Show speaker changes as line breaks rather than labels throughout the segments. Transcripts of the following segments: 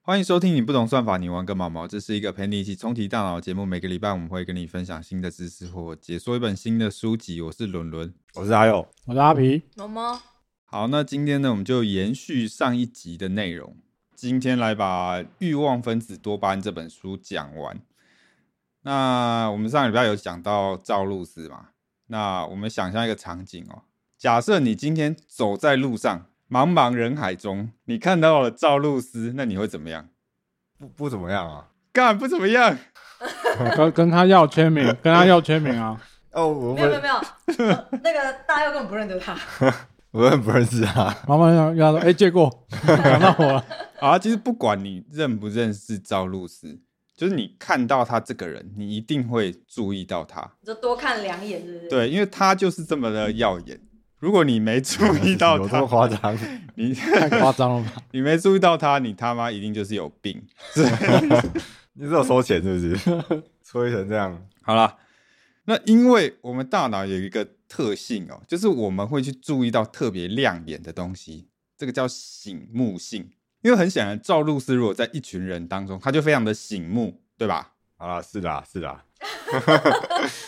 欢迎收听《你不懂算法，你玩个毛毛》。这是一个陪你一起冲题大脑的节目，每个礼拜我们会跟你分享新的知识或解说一本新的书籍。我是伦伦。
我是阿佑，
我是阿皮，
毛毛，
好，那今天呢，我们就延续上一集的内容，今天来把《欲望分子多巴胺》这本书讲完。那我们上个礼拜有讲到赵露思嘛？那我们想象一个场景哦，假设你今天走在路上，茫茫人海中，你看到了赵露思，那你会怎么样？
不不怎么样啊。
干不怎么样，嗯
呃跟跟他要 签名，跟他要签名啊！
哦，我
没有没有
们
没有， 呃那个大家又根本不认得他，
我很不认识 啊。
妈妈要要说，哎、借过， 讲到我了，
好啊，其实不管你认不认识赵露思，就是你看到她这个人，你一定会注意到她。
你就多看两眼，是不是？，
对，因为她就是这么的耀眼。如果你没 注意到
有这么
她，
夸张？
你
太夸张了吧？
你没注意到她，你他妈一定就是有病。
你是有收钱是不是？ 吹成这样，
好啦，那因为我们大脑有一个特性哦，就是我们会去注意到特别亮眼的东西，这个叫醒目性。因为很显然，赵露思如果在一群人当中，她就非常的醒目，对吧？
好啦，是啦，是啦，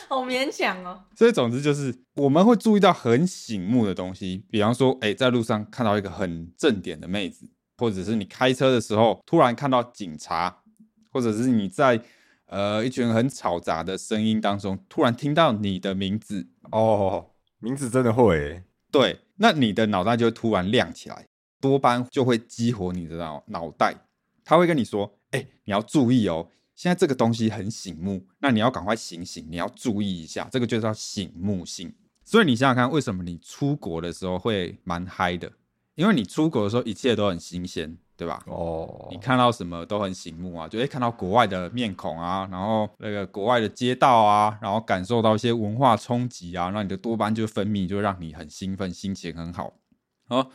好勉强哦。
所以总之就是我们会注意到很醒目的东西，比方说，哎、在路上看到一个很正点的妹子，或者是你开车的时候突然看到警察，或者是你在呃一群很吵杂的声音当中突然听到你的名字，
哦，名字真的会欸、
对，那你的脑袋就会突然亮起来，多巴胺就会激活你的脑脑袋，他会跟你说，哎、你要注意哦。现在这个东西很醒目，那你要赶快醒醒，你要注意一下，这个就叫醒目性。所以你想想看，为什么你出国的时候会蛮嗨的？因为你出国的时候一切都很新鲜，对吧？
哦
你，看到什么都很醒目啊，就会看到国外的面孔啊，然后那个国外的街道啊，然后感受到一些文化冲击啊，让你的多巴胺就分泌，就让你很兴奋，心情很好。好，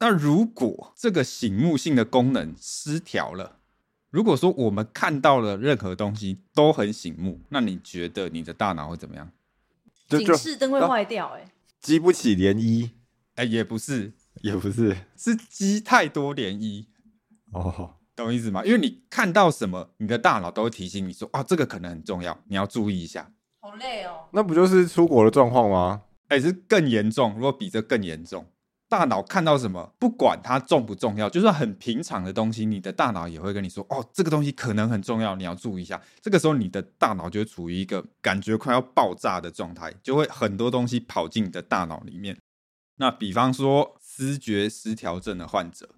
那如果这个醒目性的功能失调了，如果说我们看到了任何东西都很醒目，那你觉得你的大脑会怎么样？
就就
警示灯会坏掉、哎、
激不起涟漪，
哎，也不是，
也不是
是积太多涟漪。
哦，
懂我意思吗？因为你看到什么，你的大脑都会提醒你说，啊，这个可能很重要，你要注意一下。
好累哦。
那不就是出国的状况吗？
哎、是更严重，如果比这更严重，大脑看到什么，不管它重不重要，就算很平常的东西，你的大脑也会跟你说，哦，这个东西可能很重要，你要注意一下。这个时候，你的大脑就会处于一个感觉快要爆炸的状态，就会很多东西跑进你的大脑里面。那比方说，思觉失调症的患者，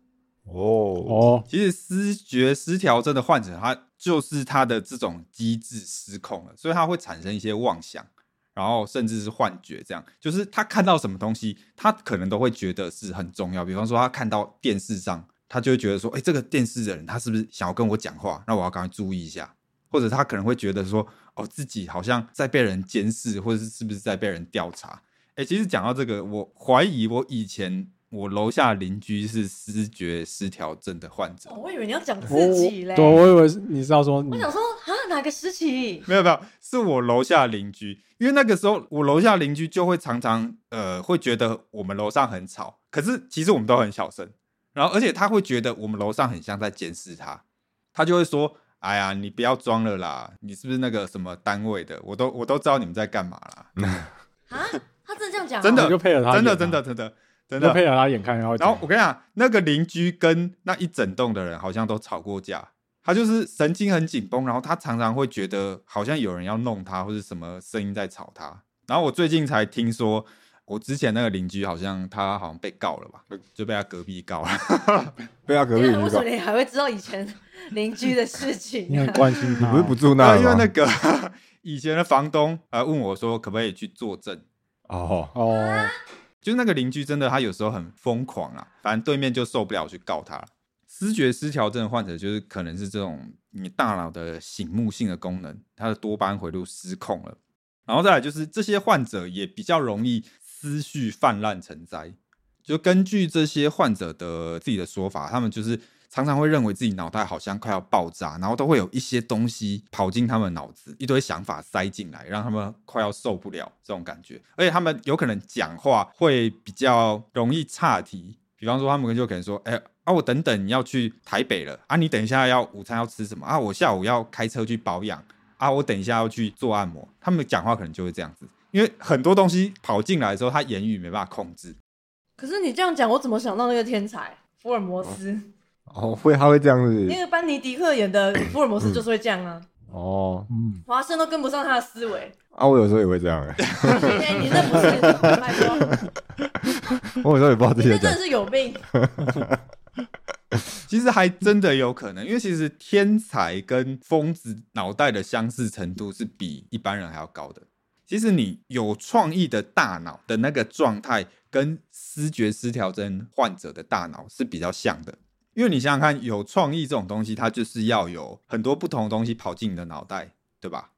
哦，
哦，
其实思觉失调症的患者，他就是他的这种机制失控了，所以他会产生一些妄想，然后甚至是幻觉，这样就是他看到什么东西，他可能都会觉得是很重要。比方说，他看到电视上，他就会觉得说，哎、这个电视的人他是不是想要跟我讲话？那我要赶快注意一下。或者他可能会觉得说，哦，自己好像在被人监视，或者是是不是在被人调查？哎、其实讲到这个，我怀疑我以前我楼下邻居是失觉失调症的患者
哦。我以为你要讲
我
自己嘞
我，对，我以为是你是要说你
我想说啊，哪个时期？
没有没有，是我楼下邻居，因为那个时候我楼下邻居就会常常呃会觉得我们楼上很吵，可是其实我们都很小声，然后而且他会觉得我们楼上很像在监视他，他就会说：“哎呀，你不要装了啦，你是不是那个什么单位的？我都我都知道你们在干嘛啦。
啊，他真的这样讲、
真的
你就配合他演啊，
真的真的真的真
你就
的。
配合他演看，然后
然后我跟你讲，那个邻居跟那一整栋的人好像都吵过架，他就是神经很紧绷，然后他常常会觉得好像有人要弄他，或者什么声音在吵他。然后我最近才听说，我之前那个邻居好像他好像被告了吧，
嗯
就被他隔壁告了。
被他隔
对
壁
啊，
邻
为
居
什么
搞，
你还会知道以前邻居的事情、
你很
啊？
关心他，
不是不住啊那
那
了
因为那
吗？
个以前的房东呃问我说可不可以去作证，
哦，
啊
哦，
就是那个邻居真的，他有时候很疯狂啊，反正对面就受不了，去告他。思觉失调症患者就是可能是这种你大脑的醒目性的功能，它的多巴胺回路失控了。然后再来就是这些患者也比较容易思绪泛滥成灾。就根据这些患者的自己的说法，他们就是常常会认为自己脑袋好像快要爆炸，然后都会有一些东西跑进他们脑子，一堆想法塞进来，让他们快要受不了这种感觉。而且他们有可能讲话会比较容易岔题，比方说他们就可能说：“哎、啊，我等等要去台北了啊，你等一下要午餐要吃什么啊？我下午要开车去保养啊，我等一下要去做按摩。他们讲话可能就会这样子，因为很多东西跑进来的时候，他言语没办法控制。
可是你这样讲，我怎么想到那个天才福尔摩斯？
哦，会他会这样子
那个班尼迪克演的福尔摩斯就是会这样啊，
哦。
嗯，
华生都跟不上他的思维。
啊，我有时候也会这样哎、
哎，你那不是，拜托，
我有时候也不知道自
你
己
这
在
真
讲
的。是有病。
其实还真的有可能，因为其实天才跟疯子脑袋的相似程度是比一般人还要高的。其实你有创意的大脑的那个状态，跟思觉失调症患者的大脑是比较像的。因为你想想看，有创意这种东西，它就是要有很多不同的东西跑进你的脑袋，对吧？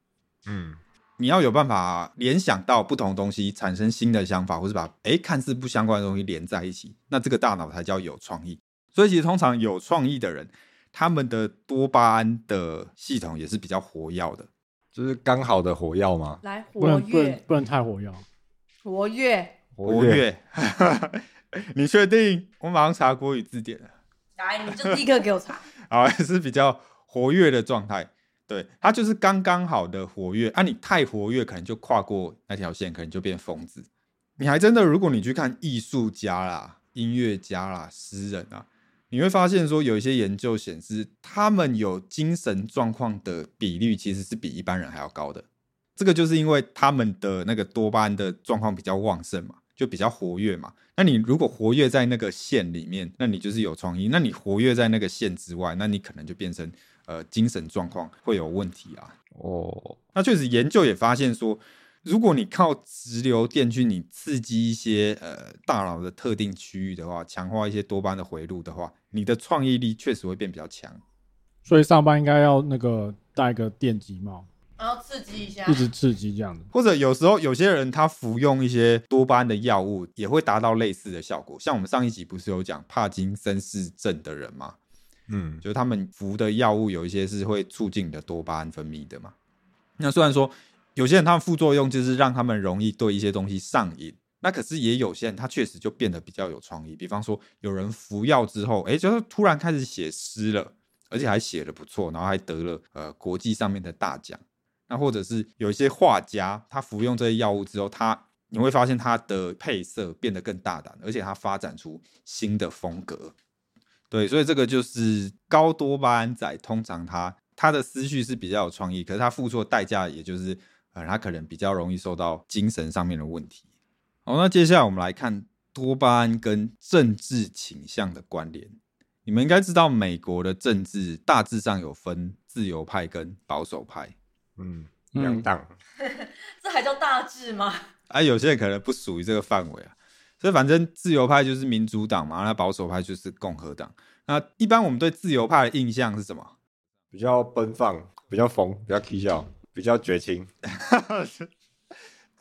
嗯，
你要有办法联想到不同东西，产生新的想法，或是把诶看似不相关的东西连在一起，那这个大脑才叫有创意。所以其实通常有创意的人，他们的多巴胺的系统也是比较活跃的。
就是刚好的火药嘛，
来，
不
活
能不能
跃，
不能太火药。
活跃，
活。跃， 你确定？我马上查国语字典。
来，你就立刻给我查。
啊， 是比较活跃的状态。对，它就是刚刚好的活跃。啊，你太活跃，可能就跨过那条线，可能就变疯子。你还真的，如果你去看艺术家啦、音乐家啦、诗人啊，你会发现说，有一些研究显示，他们有精神状况的比率其实是比一般人还要高的。这个就是因为他们的那个多巴胺的状况比较旺盛嘛，就比较活跃嘛。那你如果活跃在那个线里面，那你就是有创意；那你活跃在那个线之外，那你可能就变成呃精神状况会有问题啊。
哦，
那确实，研究也发现说，如果你靠直流电去你刺激一些呃大脑的特定区域的话，强化一些多巴胺的回路的话，你的创意力确实会变比较强。
所以上班应该要那个戴个电极帽，
然后刺激一下
一直刺激这样子。
或者有时候有些人他服用一些多巴胺的药物，也会达到类似的效果。像我们上一集不是有讲帕金森氏症的人吗？
嗯，
就是他们服的药物有一些是会促进你的多巴胺分泌的嘛。那虽然说有些人他们副作用就是让他们容易对一些东西上瘾，那可是也有些人他确实就变得比较有创意。比方说有人服药之后，诶，就是突然开始写诗了，而且还写的不错，然后还得了呃国际上面的大奖。那或者是有一些画家，他服用这些药物之后，他你会发现他的配色变得更大胆，而且他发展出新的风格。对，所以这个就是高多巴胺仔，通常他他的思绪是比较有创意，可是他付出的代价也就是，呃，他可能比较容易受到精神上面的问题。好，那接下来我们来看多巴胺跟政治倾向的关联。你们应该知道，美国的政治大致上有分自由派跟保守派，
嗯，
嗯
两档。
这还叫大致吗？
啊，有些人可能不属于这个范围啊。所以反正自由派就是民主党嘛，那保守派就是共和党。那一般我们对自由派的印象是什么？
比较奔放，比较疯，比较 K 笑，比较绝情。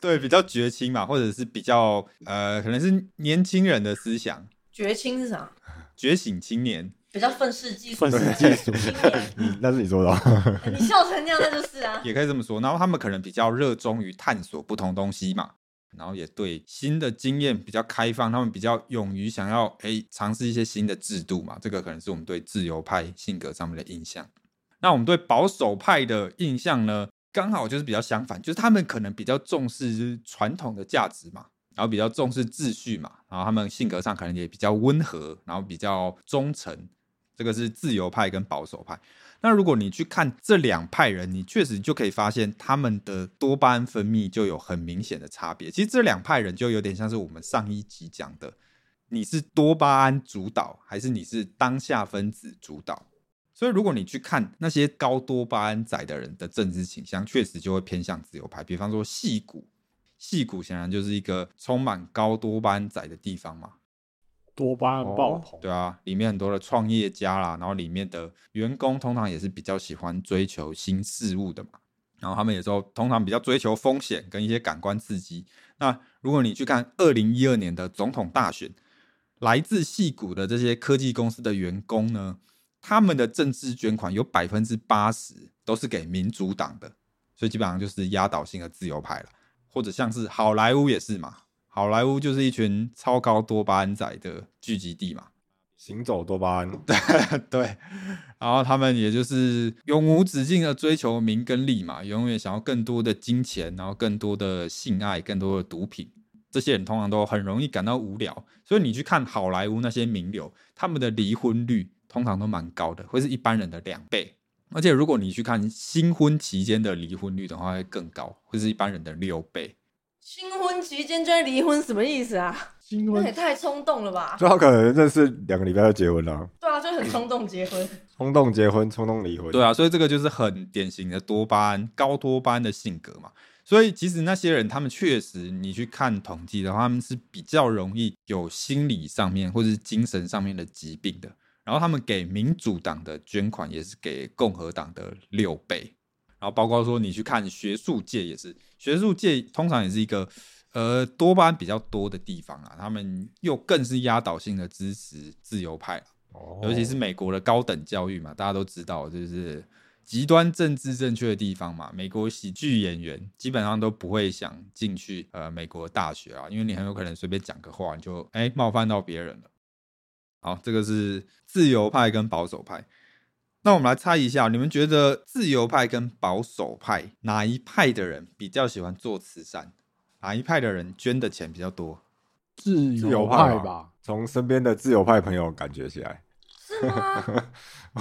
对，比较绝情嘛，或者是比较呃，可能是年轻人的思想，
绝亲是啥？
觉醒青年。
比较愤世嫉俗。
愤世嫉俗
青年
嗯那是你说的、哦，
你笑成那样，那就是 啊。
也可以这么说。然后他们可能比较热衷于探索不同东西嘛，然后也对新的经验比较开放，他们比较勇于想要诶尝试一些新的制度嘛。这个可能是我们对自由派性格上面的印象。那我们对保守派的印象呢，刚好就是比较相反，就是他们可能比较重视传统的价值嘛。然后比较重视秩序嘛，然后他们性格上可能也比较温和，然后比较忠诚，这个是自由派跟保守派。那如果你去看这两派人，你确实就可以发现他们的多巴胺分泌就有很明显的差别。其实这两派人就有点像是我们上一集讲的，你是多巴胺主导还是你是当下分子主导。所以如果你去看那些高多巴胺仔的人的政治倾向，确实就会偏向自由派。比方说戏骨，戏骨显然就是一个充满高多巴胺仔的地方嘛。
多巴胺爆棚，
对啊，里面很多的创业家啦，然后里面的员工通常也是比较喜欢追求新事物的嘛，然后他们也都通常比较追求风险跟一些感官刺激。那如果你去看二零一二年的总统大选，来自戏谷的这些科技公司的员工呢，他们的政治捐款有百分之八十都是给民主党的，所以基本上就是压倒性的自由派了。或者像是好莱坞也是嘛，好莱坞就是一群超高多巴胺仔的聚集地嘛，
行走多巴胺，
对，然后他们也就是永无止境的追求名跟利嘛，永远想要更多的金钱，然后更多的性爱，更多的毒品。这些人通常都很容易感到无聊，所以你去看好莱坞那些名流，他们的离婚率通常都蛮高的，会是一般人的两倍。而且如果你去看新婚期间的离婚率的话，会更高，会是一般人的六倍。
新婚期间就要离婚，什么意思啊？
新
那
婚
也太冲动了吧？
就他啊可能认识两个礼拜就结婚了、
对啊，就很冲动结婚。
冲动结婚，冲动离婚。
对啊，所以这个就是很典型的多巴胺高多巴胺的性格嘛。所以其实那些人，他们确实，你去看统计的话，他们是比较容易有心理上面或者是精神上面的疾病的。然后他们给民主党的捐款也是给共和党的六倍。然后包括说你去看学术界也是，学术界通常也是一个呃多巴胺比较多的地方啊，他们又更是压倒性的支持自由派啊
哦，
尤其是美国的高等教育嘛，大家都知道，就是极端政治正确的地方嘛。美国喜剧演员基本上都不会想进去呃美国大学啊，因为你很有可能随便讲个话，你就哎、冒犯到别人了。好，这个是自由派跟保守派。那我们来猜一下，你们觉得自由派跟保守派哪一派的人比较喜欢做慈善？哪一派的人捐的钱比较多？
自
自
由
由
派
派
吧？，
从身边的自由派朋友感觉起来，
是吗？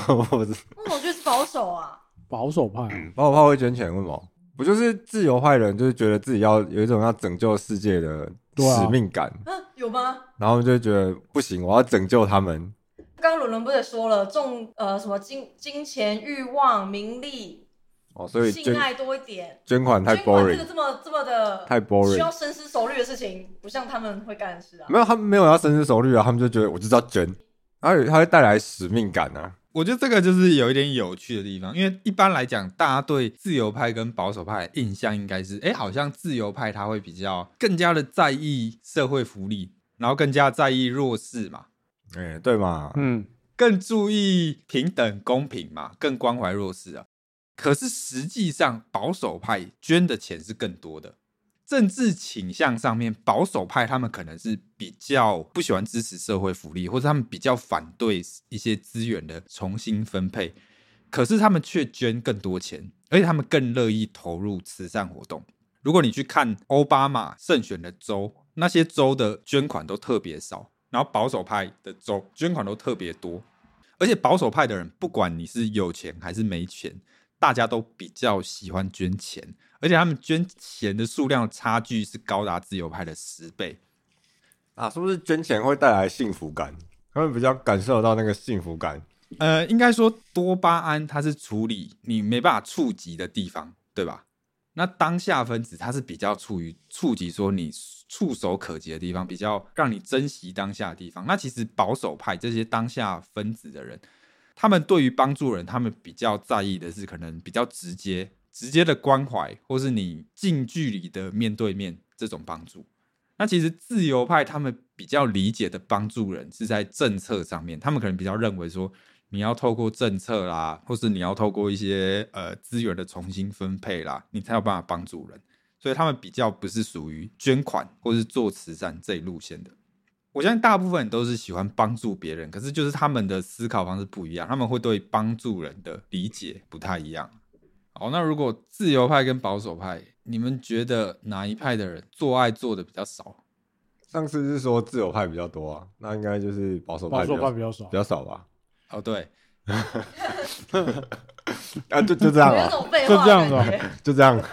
我不知
为什么就是保守啊？
保守派，
保守派会捐钱，为什么？不就是自由派人，就是觉得自己要有一种要拯救世界的
对啊
使命感，
啊，有吗？
然后就觉得不行，我要拯救他们。
刚刚伦伦不是也说了，重呃什么金金钱欲望、名利、
哦，所以捐
性爱多一点。
捐款太
捐款这
boring，
个这么这么的
太
需要
boring，
深思熟虑的事情，不像他们会干的事啊。
没有他们没有要深思熟虑啊，他们就觉得我就知道捐，然后他会带来使命感啊。
我觉得这个就是有一点有趣的地方，因为一般来讲，大家对自由派跟保守派的印象应该是，哎，好像自由派他会比较更加的在意社会福利，然后更加在意弱势嘛，
哎、对嘛，
嗯，
更注意平等公平嘛，更关怀弱势啊。可是实际上，保守派捐的钱是更多的。政治倾向上面，保守派他们可能是比较不喜欢支持社会福利，或者他们比较反对一些资源的重新分配。可是他们却捐更多钱，而且他们更乐意投入慈善活动。如果你去看奥巴马胜选的州，那些州的捐款都特别少，然后保守派的州捐款都特别多，而且保守派的人，不管你是有钱还是没钱，大家都比较喜欢捐钱，而且他们捐钱的数量差距是高达自由派的十倍。
啊，是不是捐钱会带来幸福感？他们比较感受到那个幸福感。
呃，应该说多巴胺它是处理你没办法触及的地方，对吧？那当下分子它是比较处于触及说你触手可及的地方，比较让你珍惜当下的地方。那其实保守派这些当下分子的人，他们对于帮助人，他们比较在意的是可能比较直接、直接的关怀，或是你近距离的面对面这种帮助。那其实自由派他们比较理解的帮助人是在政策上面，他们可能比较认为说，你要透过政策啦，或是你要透过一些呃资源的重新分配啦，你才有办法帮助人。所以他们比较不是属于捐款或是做慈善这一路线的。我相信大部分人都是喜欢帮助别人，可是就是他们的思考方式不一样，他们会对帮助人的理解不太一样。好，那如果自由派跟保守派，你们觉得哪一派的人做爱做的比较少？
上次是说自由派比较多啊，那应该就是保守派
保
比较
守派比较少
比。较少吧？
哦，对，
啊，就就这样
有一
啊，
种废话
就这样子
的
啊
感觉。
就这样，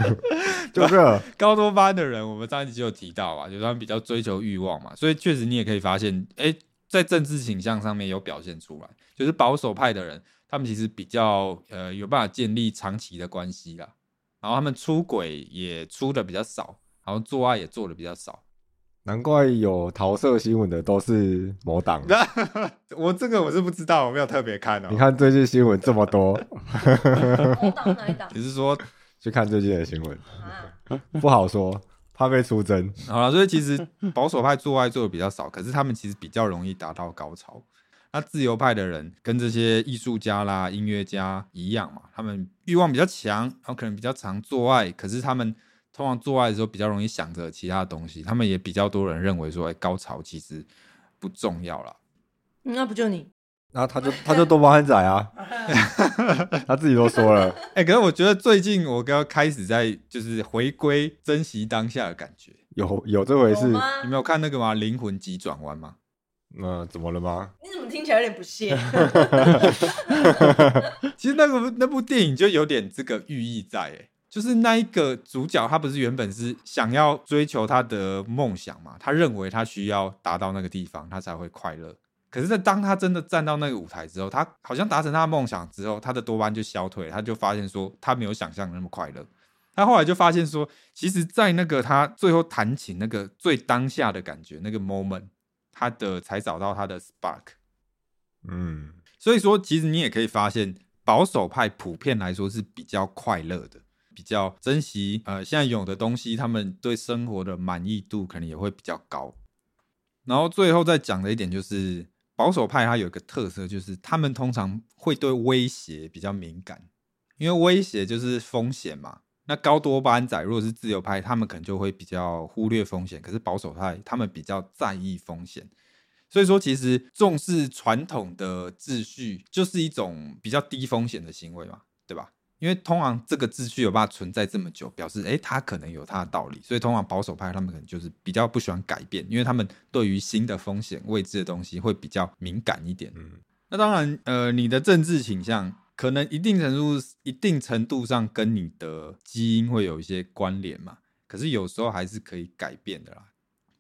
就这。
高多巴胺的人，我们上一集就有提到啊，就是他们比较追求欲望嘛，所以确实你也可以发现，哎、在政治倾向上面有表现出来，就是保守派的人，他们其实比较呃有办法建立长期的关系啦，然后他们出轨也出的比较少，然后做爱也做的比较少。
难怪有桃色新闻的都是某党。
我这个我是不知道，我没有特别看哦
你，看最近新闻这么多，
红党哪一党
只是说
去看最近的新闻，
啊？
不好说，怕被出征。
好了，所以其实保守派做爱做的比较少，可是他们其实比较容易达到高潮。那自由派的人跟这些艺术家啦、音乐家一样嘛，他们欲望比较强，然后可能比较常做爱，可是他们通常做爱的时候比较容易想着其他的东西，他们也比较多人认为说，哎、高潮其实不重要啦。
嗯那不就你？
然后他就他就多包汉仔 啊，他自己都说了，
哎、可是我觉得最近我刚开始在就是回归珍惜当下的感觉。
有有这回
有
事，
吗
你？没有看那个吗？灵魂急转弯吗？
嗯、怎么了吗？
你怎么听起来有点不屑？
其实那个那部电影就有点这个寓意在、欸，就是那一个主角他不是原本是想要追求他的梦想嘛，他认为他需要达到那个地方，他才会快乐。可是，在当他真的站到那个舞台之后，他好像达成他的梦想之后，他的多巴胺就消退了，他就发现说他没有想象的那么快乐。他后来就发现说，其实，在那个他最后弹琴那个最当下的感觉，那个 moment，他的才找到他的 spark。
嗯，
所以说，其实你也可以发现，保守派普遍来说是比较快乐的，比较珍惜呃现在有的东西，他们对生活的满意度可能也会比较高。然后最后再讲的一点就是，保守派它有一个特色，就是他们通常会对威胁比较敏感，因为威胁就是风险嘛。那高多巴胺仔如果是自由派，他们可能就会比较忽略风险，可是保守派他们比较在意风险。所以说，其实重视传统的秩序就是一种比较低风险的行为嘛，对吧？因为通常这个秩序有办法存在这么久，表示诶，它可能有它的道理。所以通常保守派他们可能就是比较不喜欢改变，因为他们对于新的风险、未知的东西会比较敏感一点。
嗯
那当然，呃，你的政治倾向可能一定程度、一定程度上跟你的基因会有一些关联嘛，可是有时候还是可以改变的啦。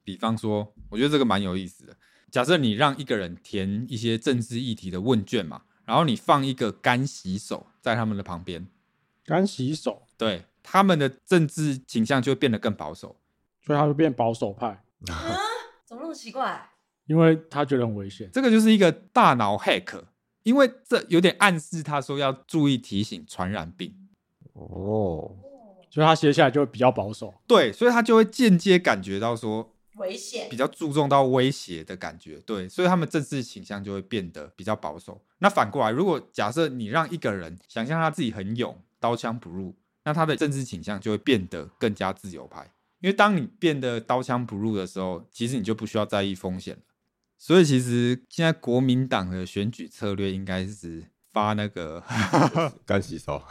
比方说，我觉得这个蛮有意思的。假设你让一个人填一些政治议题的问卷嘛，然后你放一个干洗手在他们的旁边，
干洗手，
对他们的政治倾向就会变得更保守。
所以他会变保守派，
怎么那么奇怪？
因为他觉得很危险。
这个就是一个大脑 hack，因为这有点暗示他说要注意提醒传染病。
哦，
所以他接下来就会比较保守。
对，所以他就会间接感觉到说
危险
比较注重到威胁的感觉，对，所以他们政治倾向就会变得比较保守。那反过来，如果假设你让一个人想象他自己很勇，刀枪不入，那他的政治倾向就会变得更加自由派。因为当你变得刀枪不入的时候，其实你就不需要在意风险了。所以其实现在国民党的选举策略应该是发那个，，
干洗手，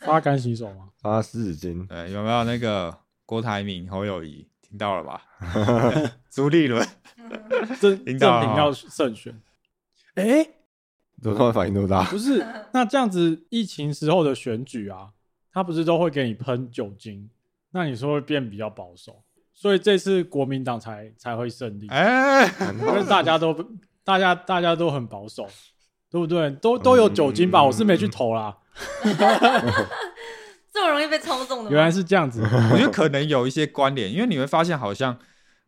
他干洗手吗？
擦湿纸巾
呃，有没有那个郭台铭、侯友谊听到了吧？ 朱立伦。
嗯
正正
领
品
导啊
要慎选。哎、
怎么突然反应那么 大？
不是，那这样子疫情时候的选举啊，他不是都会给你喷酒精？那你说会变比较保守，所以这次国民党才才会胜利，
哎、
因为大家都大家大家都很保守，对不对？都都有酒精吧？
嗯
我是没去投啦，
这么容易被操纵的吗？
原来是这样子。
我觉得可能有一些关联，因为你会发现，好像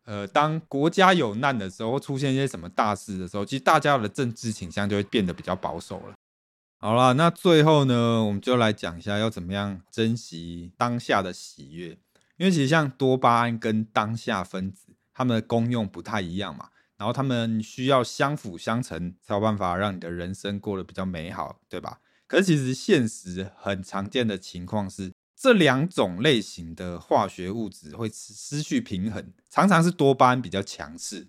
呃，当国家有难的时候，出现一些什么大事的时候，其实大家的政治倾向就会变得比较保守了。好啦，那最后呢，我们就来讲一下要怎么样珍惜当下的喜悦，因为其实像多巴胺跟当下分子，它们的功用不太一样嘛，然后它们需要相辅相成，才有办法让你的人生过得比较美好，对吧？可是其实现实很常见的情况是，这两种类型的化学物质会失失去平衡，常常是多巴胺比较强势。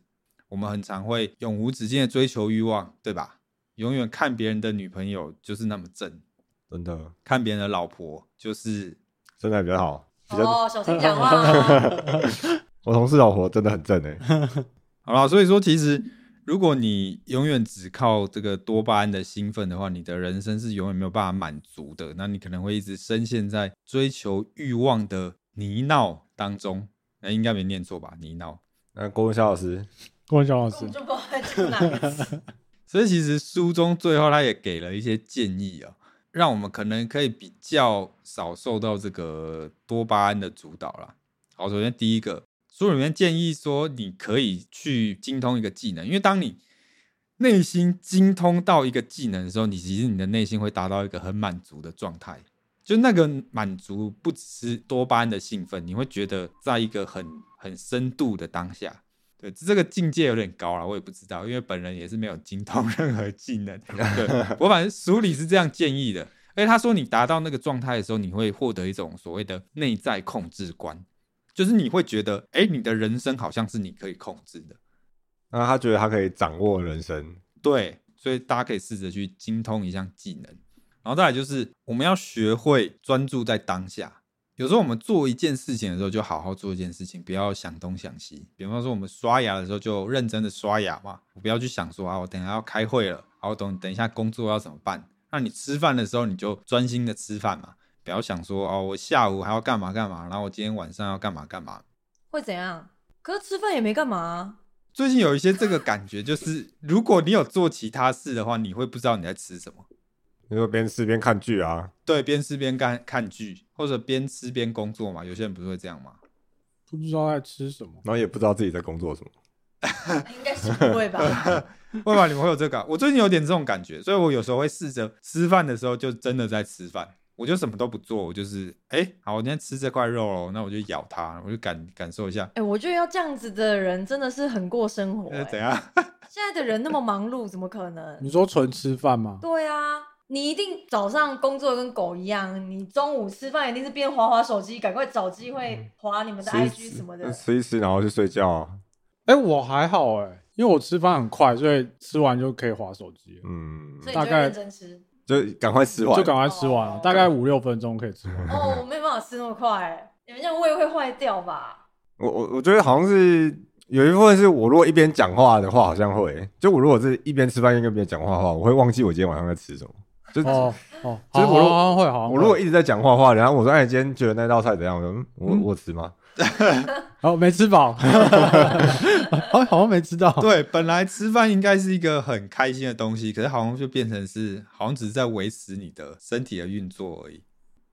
我们很常会永无止境的追求欲望，对吧？永远看别人的女朋友就是那么正，
真的
看别人的老婆就是
身材比较好，比较、
哦，小心讲 话哦。
我同事老婆真的很正哎、
好啦，所以说，其实如果你永远只靠这个多巴胺的兴奋的话，你的人生是永远没有办法满足的。那你可能会一直深陷在追求欲望的泥淖当中。那应该没念错吧？泥淖。
那郭文肖老师，
郭文小老
我
师
们，就不知道在讲哪个词。
所以其实书中最后他也给了一些建议啊、让我们可能可以比较少受到这个多巴胺的主导啦。好，首先第一个，书里面建议说你可以去精通一个技能，因为当你内心精通到一个技能的时候，你其实你的内心会达到一个很满足的状态。就那个满足不只是多巴胺的兴奋，你会觉得在一个很很深度的当下，对，这个境界有点高了，我也不知道，因为本人也是没有精通 任何技能。对我反正书里是这样建议的，而且他说你达到那个状态的时候，你会获得一种所谓的内在控制观，就是你会觉得，哎、你的人生好像是你可以控制的。
那他觉得他可以掌握人生，
对，所以大家可以试着去精通一项技能。然后再来就是我们要学会专注在当下。有时候我们做一件事情的时候，就好好做一件事情，不要想东想西。比方说，我们刷牙的时候就认真的刷牙嘛，不要去想说啊，我等一下要开会了，啊，我等等一下工作要怎么办。那你吃饭的时候，你就专心的吃饭嘛，不要想说哦，我下午还要干嘛干嘛，然后我今天晚上要干嘛干嘛。
会怎样？可是吃饭也没干嘛啊、
最近有一些这个感觉，就是如果你有做其他事的话，你会不知道你在吃什么。
你说边吃边看剧啊，
对，边吃边看看剧，或者边吃边工作嘛，有些人不是会这样吗？
不知道在吃什么。
然后也不知道自己在工作什么。
应该是不会吧？
会吧？你们会有这个啊？我最近有点这种感觉，所以我有时候会试着吃饭的时候就真的在吃饭，我就什么都不做，我就是哎、好，我今天吃这块肉哦，那我就咬它，我就感感受一下，
哎、我觉得要这样子的人真的是很过生 活、
呃，
哎
怎样？
现在的人那么忙碌，怎么可能？
你说纯吃饭吗？
对啊，你一定早上工作跟狗一样，你中午吃饭一定是边划划手机，赶快找机
嗯
会划你们的
吃一
IG
吃
什么的。
吃一吃，然后去睡觉、啊。
哎、我还好哎、因为我吃饭很快，所以吃完就可以划手机了，
嗯，
所以
大
你就
概
认真吃。
就赶快吃完，
就赶快吃完了，
哦
大概五六分钟可以吃完。
哦，我没办法吃那么快，你们这样胃会坏掉吧？
我我我觉得好像是有一部分是我如果一边讲话的话，好像会，就我如果是一边吃饭一边讲话的话，我会忘记我今天晚上在吃什么。就、
哦哦，
其
好
实
好
我如
好像会，好像会
我如果一直在讲话的话，然后我说哎，你今天觉得那道菜怎样？我说嗯我
嗯
我吃吗？
哦没吃 饱，好好像没吃到。
对，本来吃饭应该是一个很开心的东西，可是好像就变成是，好像只是在维持你的身体的运作而已。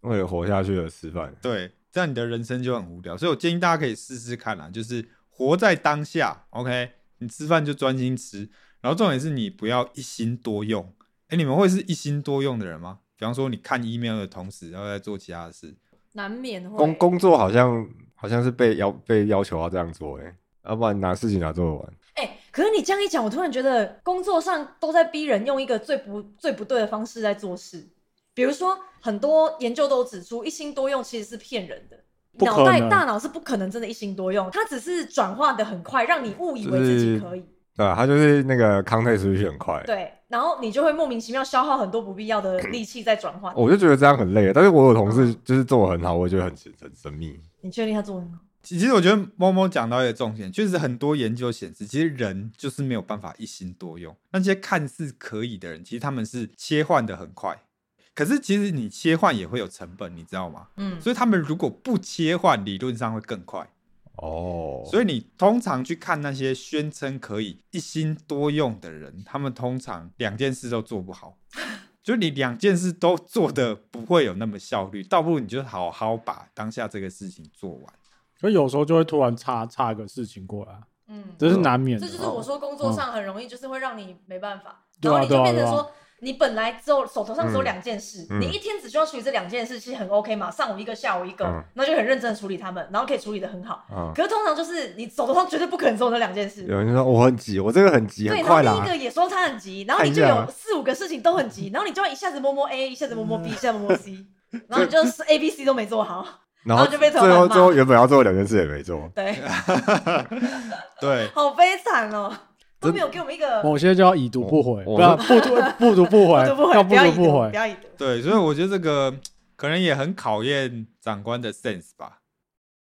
为了活下去而吃饭。
对，这样你的人生就很无聊。所以我建议大家可以试试看啦，就是活在当下。OK，你吃饭就专心吃，然后重点是你不要一心多用。哎，你们会是一心多用的人吗？比方说，你看 email 的同时，然后在做其他的事。
难免会。
工工作好像好像是被要被要求要这样做哎、要不然哪事情哪做得完？
哎、可是你这样一讲，我突然觉得工作上都在逼人用一个最不最不对的方式在做事。比如说，很多研究都指出，一心多用其实是骗人的。
不可
脑
能啊
袋大脑是不可能真的一心多用，它只是转化的很快，让你误以为自己可以。
对啊，他就是那个 context switch 很快。
对，然后你就会莫名其妙消耗很多不必要的力气在转换。
我就觉得这样很累，但是我有同
嗯
事就是做得很好，我也觉得很神很神秘。
你确定他做得很好？
其实我觉得猫猫讲到一个重点，确实很多研究显示，其实人就是没有办法一心多用。那些看似可以的人，其实他们是切换的很快。可是其实你切换也会有成本，你知道吗？
嗯，
所以他们如果不切换，理论上会更快。
哦，
所以你通常去看那些宣称可以一心多用的人，他们通常两件事都做不好， 就你两件事都做的不会有那么效率，倒不如你就好好把当下这个事情做完。
可有时候 就会突然插插个事情过来，
嗯，
这是难免
这
的。啊
就是我说工作上很容易就是会让你没办法，
对
然
啊
后你就变
对
成
啊对啊
说。你本来只有手头上只有两件事，
嗯嗯
你一天只需要处理这两件事，其实很 OK 嘛，上午一个，下午一个，
嗯
那就很认真地处理他们，然后可以处理的很好。
啊、
可是通常就是你手头上绝对不可能只有那两件事，
有人就说我很急，我这个很急，
对，
很
然后
快
另
啦
一。个也说他很急，然后你就
看一下
有四五个事情都很急，然后你就要一下子摸摸 A，一下子摸摸 B，一下子摸摸 C，然后你就是 A、B、C 都没做好，
然
后
后
哦就被
最
老板
后
骂
最后原本要做的两件事也没做，
对，
对，
好悲惨哦，都
真
没有给我们一个
某些就要已读不回，
我
不要不读不读不
不
回
读不，回，
要
不
不
要
读
已读，
回
不。要已读。
对，所以我觉得这个可能也很考验长官的 sense 吧。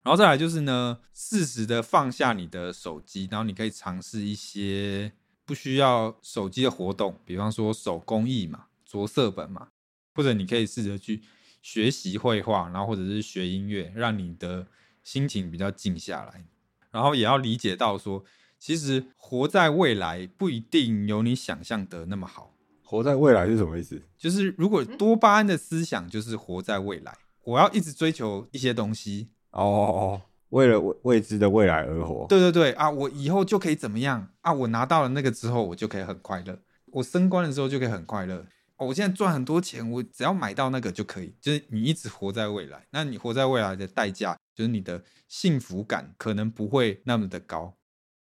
然后再来就是呢，适时的放下你的手机，然后你可以尝试一些不需要手机的活动，比方说手工艺嘛、着色本嘛，或者你可以试着去学习绘画，然后或者是学音乐，让你的心情比较静下来。然后也要理解到说，其实活在未来不一定有你想象的那么好。
活在未来是什么意思？
就是如果多巴胺的思想就是活在未来，我要一直追求一些东西。
哦哦哦，为了未未知的未来而活。
对对对啊，我以后就可以怎么样啊？我拿到了那个之后，我就可以很快乐。我升官的时候就可以很快乐。哦，我现在赚很多钱，我只要买到那个就可以。就是你一直活在未来，那你活在未来的代价就是你的幸福感可能不会那么的高。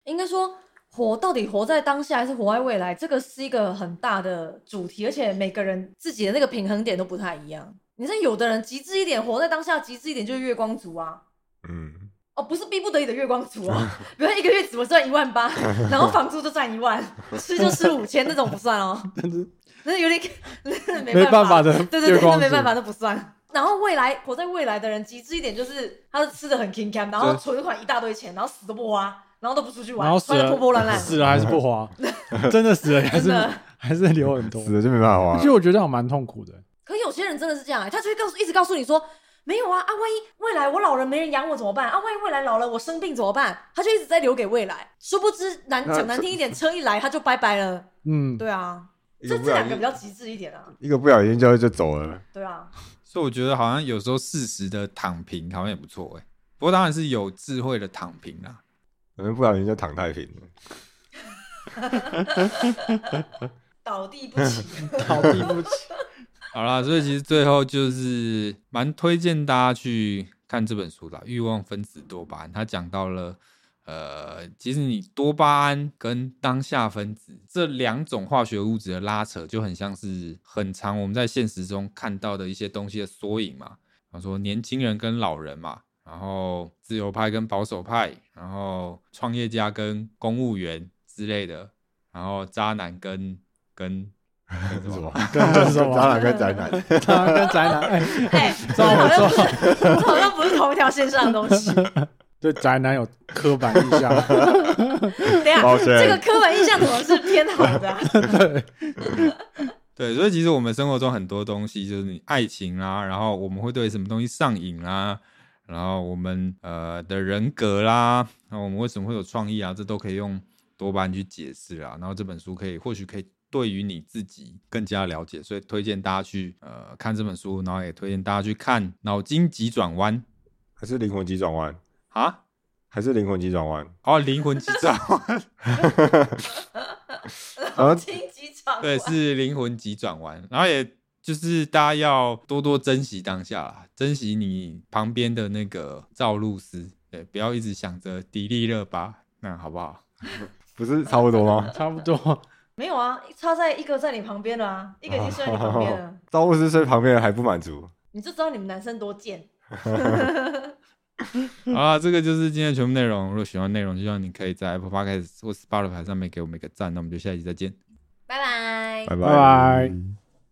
应该说，活到底活在当下还是活在未来，这个是一个很大的主题，而且每个人自己的那个平衡点都不太一样。你像有的人极致一点，活在当下；极致一点就是月光族啊。
嗯，
哦，不是逼不得已的月光族 哦，比如说一个月只我赚一万八，然后房租就赚一万，吃就吃五千那种不算 哦，那有点 那没
没办
办
法的
对对
月
对，
光
那
族
没办法，那不算。然后未来活在未来的人极致一点，就是他是吃的很 king cam，然后
对
存款一大堆钱，然后死都不花，然后都不出去玩，
然后死
穿的
了
破破烂烂，
死了还是不 花，真的死了还
真
是
的。
还是留很多。
死了就没办法啊花
其实我觉得这样蛮痛苦的，
可有些人真的是这样、欸，他就会告诉一直告诉你说，没有啊啊，万一未来我老了没人养我怎么办？啊，万一未来老了我生病怎么办？他就一直在留给未来。殊不知难
那
讲难听一点，车一来他就拜拜了。
嗯，
对啊，
一
这
个不
这
小
两个
心
比较极致一点啊。
一个不小心就就走了。
对啊，
所以我觉得好像有时候适时的躺平好像也不错哎、不过当然是有智慧的躺平啦。
可能不小心就躺太平了，
倒地不 起。
好对不起。
好啦，所以其实最后就是蛮推荐大家去看这本书的《欲望分子多巴胺》，它讲到了。呃，其实你多巴胺跟当下分子这两种化学物质的拉扯，就很像是很常我们在现实中看到的一些东西的缩影嘛。比方说年轻人跟老人嘛，然后自由派跟保守派，然后创业家跟公务员之类的，然后渣男跟跟跟
是
什么
吧？
跟跟什么
渣男跟宅男，
他跟宅男，哎
哎、这好像不是，这好像不是同一条线上的东 西。
对宅男有刻板印象，
等一下，
抱歉
这个刻板印象怎么是偏好的 啊、
对，所以其实我们生活中很多东西，就是你爱情啦、然后我们会对什么东西上瘾啦、然后我们呃的人格啦，然后我们为什么会有创意啊，这都可以用多巴胺去解释啊啦。然后这本书可以或许可以对于你自己更加了解，所以推荐大家去呃看这本书，然后也推荐大家去看《脑筋急转弯》
还是灵魂急转弯，
啊，
还是灵魂急转弯。
哦，灵魂急转弯，
然后
听机场
对，是灵魂急转弯，然后也就是大家要多多珍惜当下啦，珍惜你旁边的那个赵露思，对，不要一直想着迪丽热巴，那好不好？
不是差不多 吗？
差不多。
没有啊，插在一个在你旁边了啊，一个已经睡在你旁边 了，
赵露思睡旁边还不满足，
你就知道你们男生多贱。
好啦，这个就是今天的全部内容。如果喜欢内容，希望你可以在 Apple Podcast 或 Spotify 上面给我们一个赞。那我们就下一集再见。
拜拜。
拜
拜拜
拜。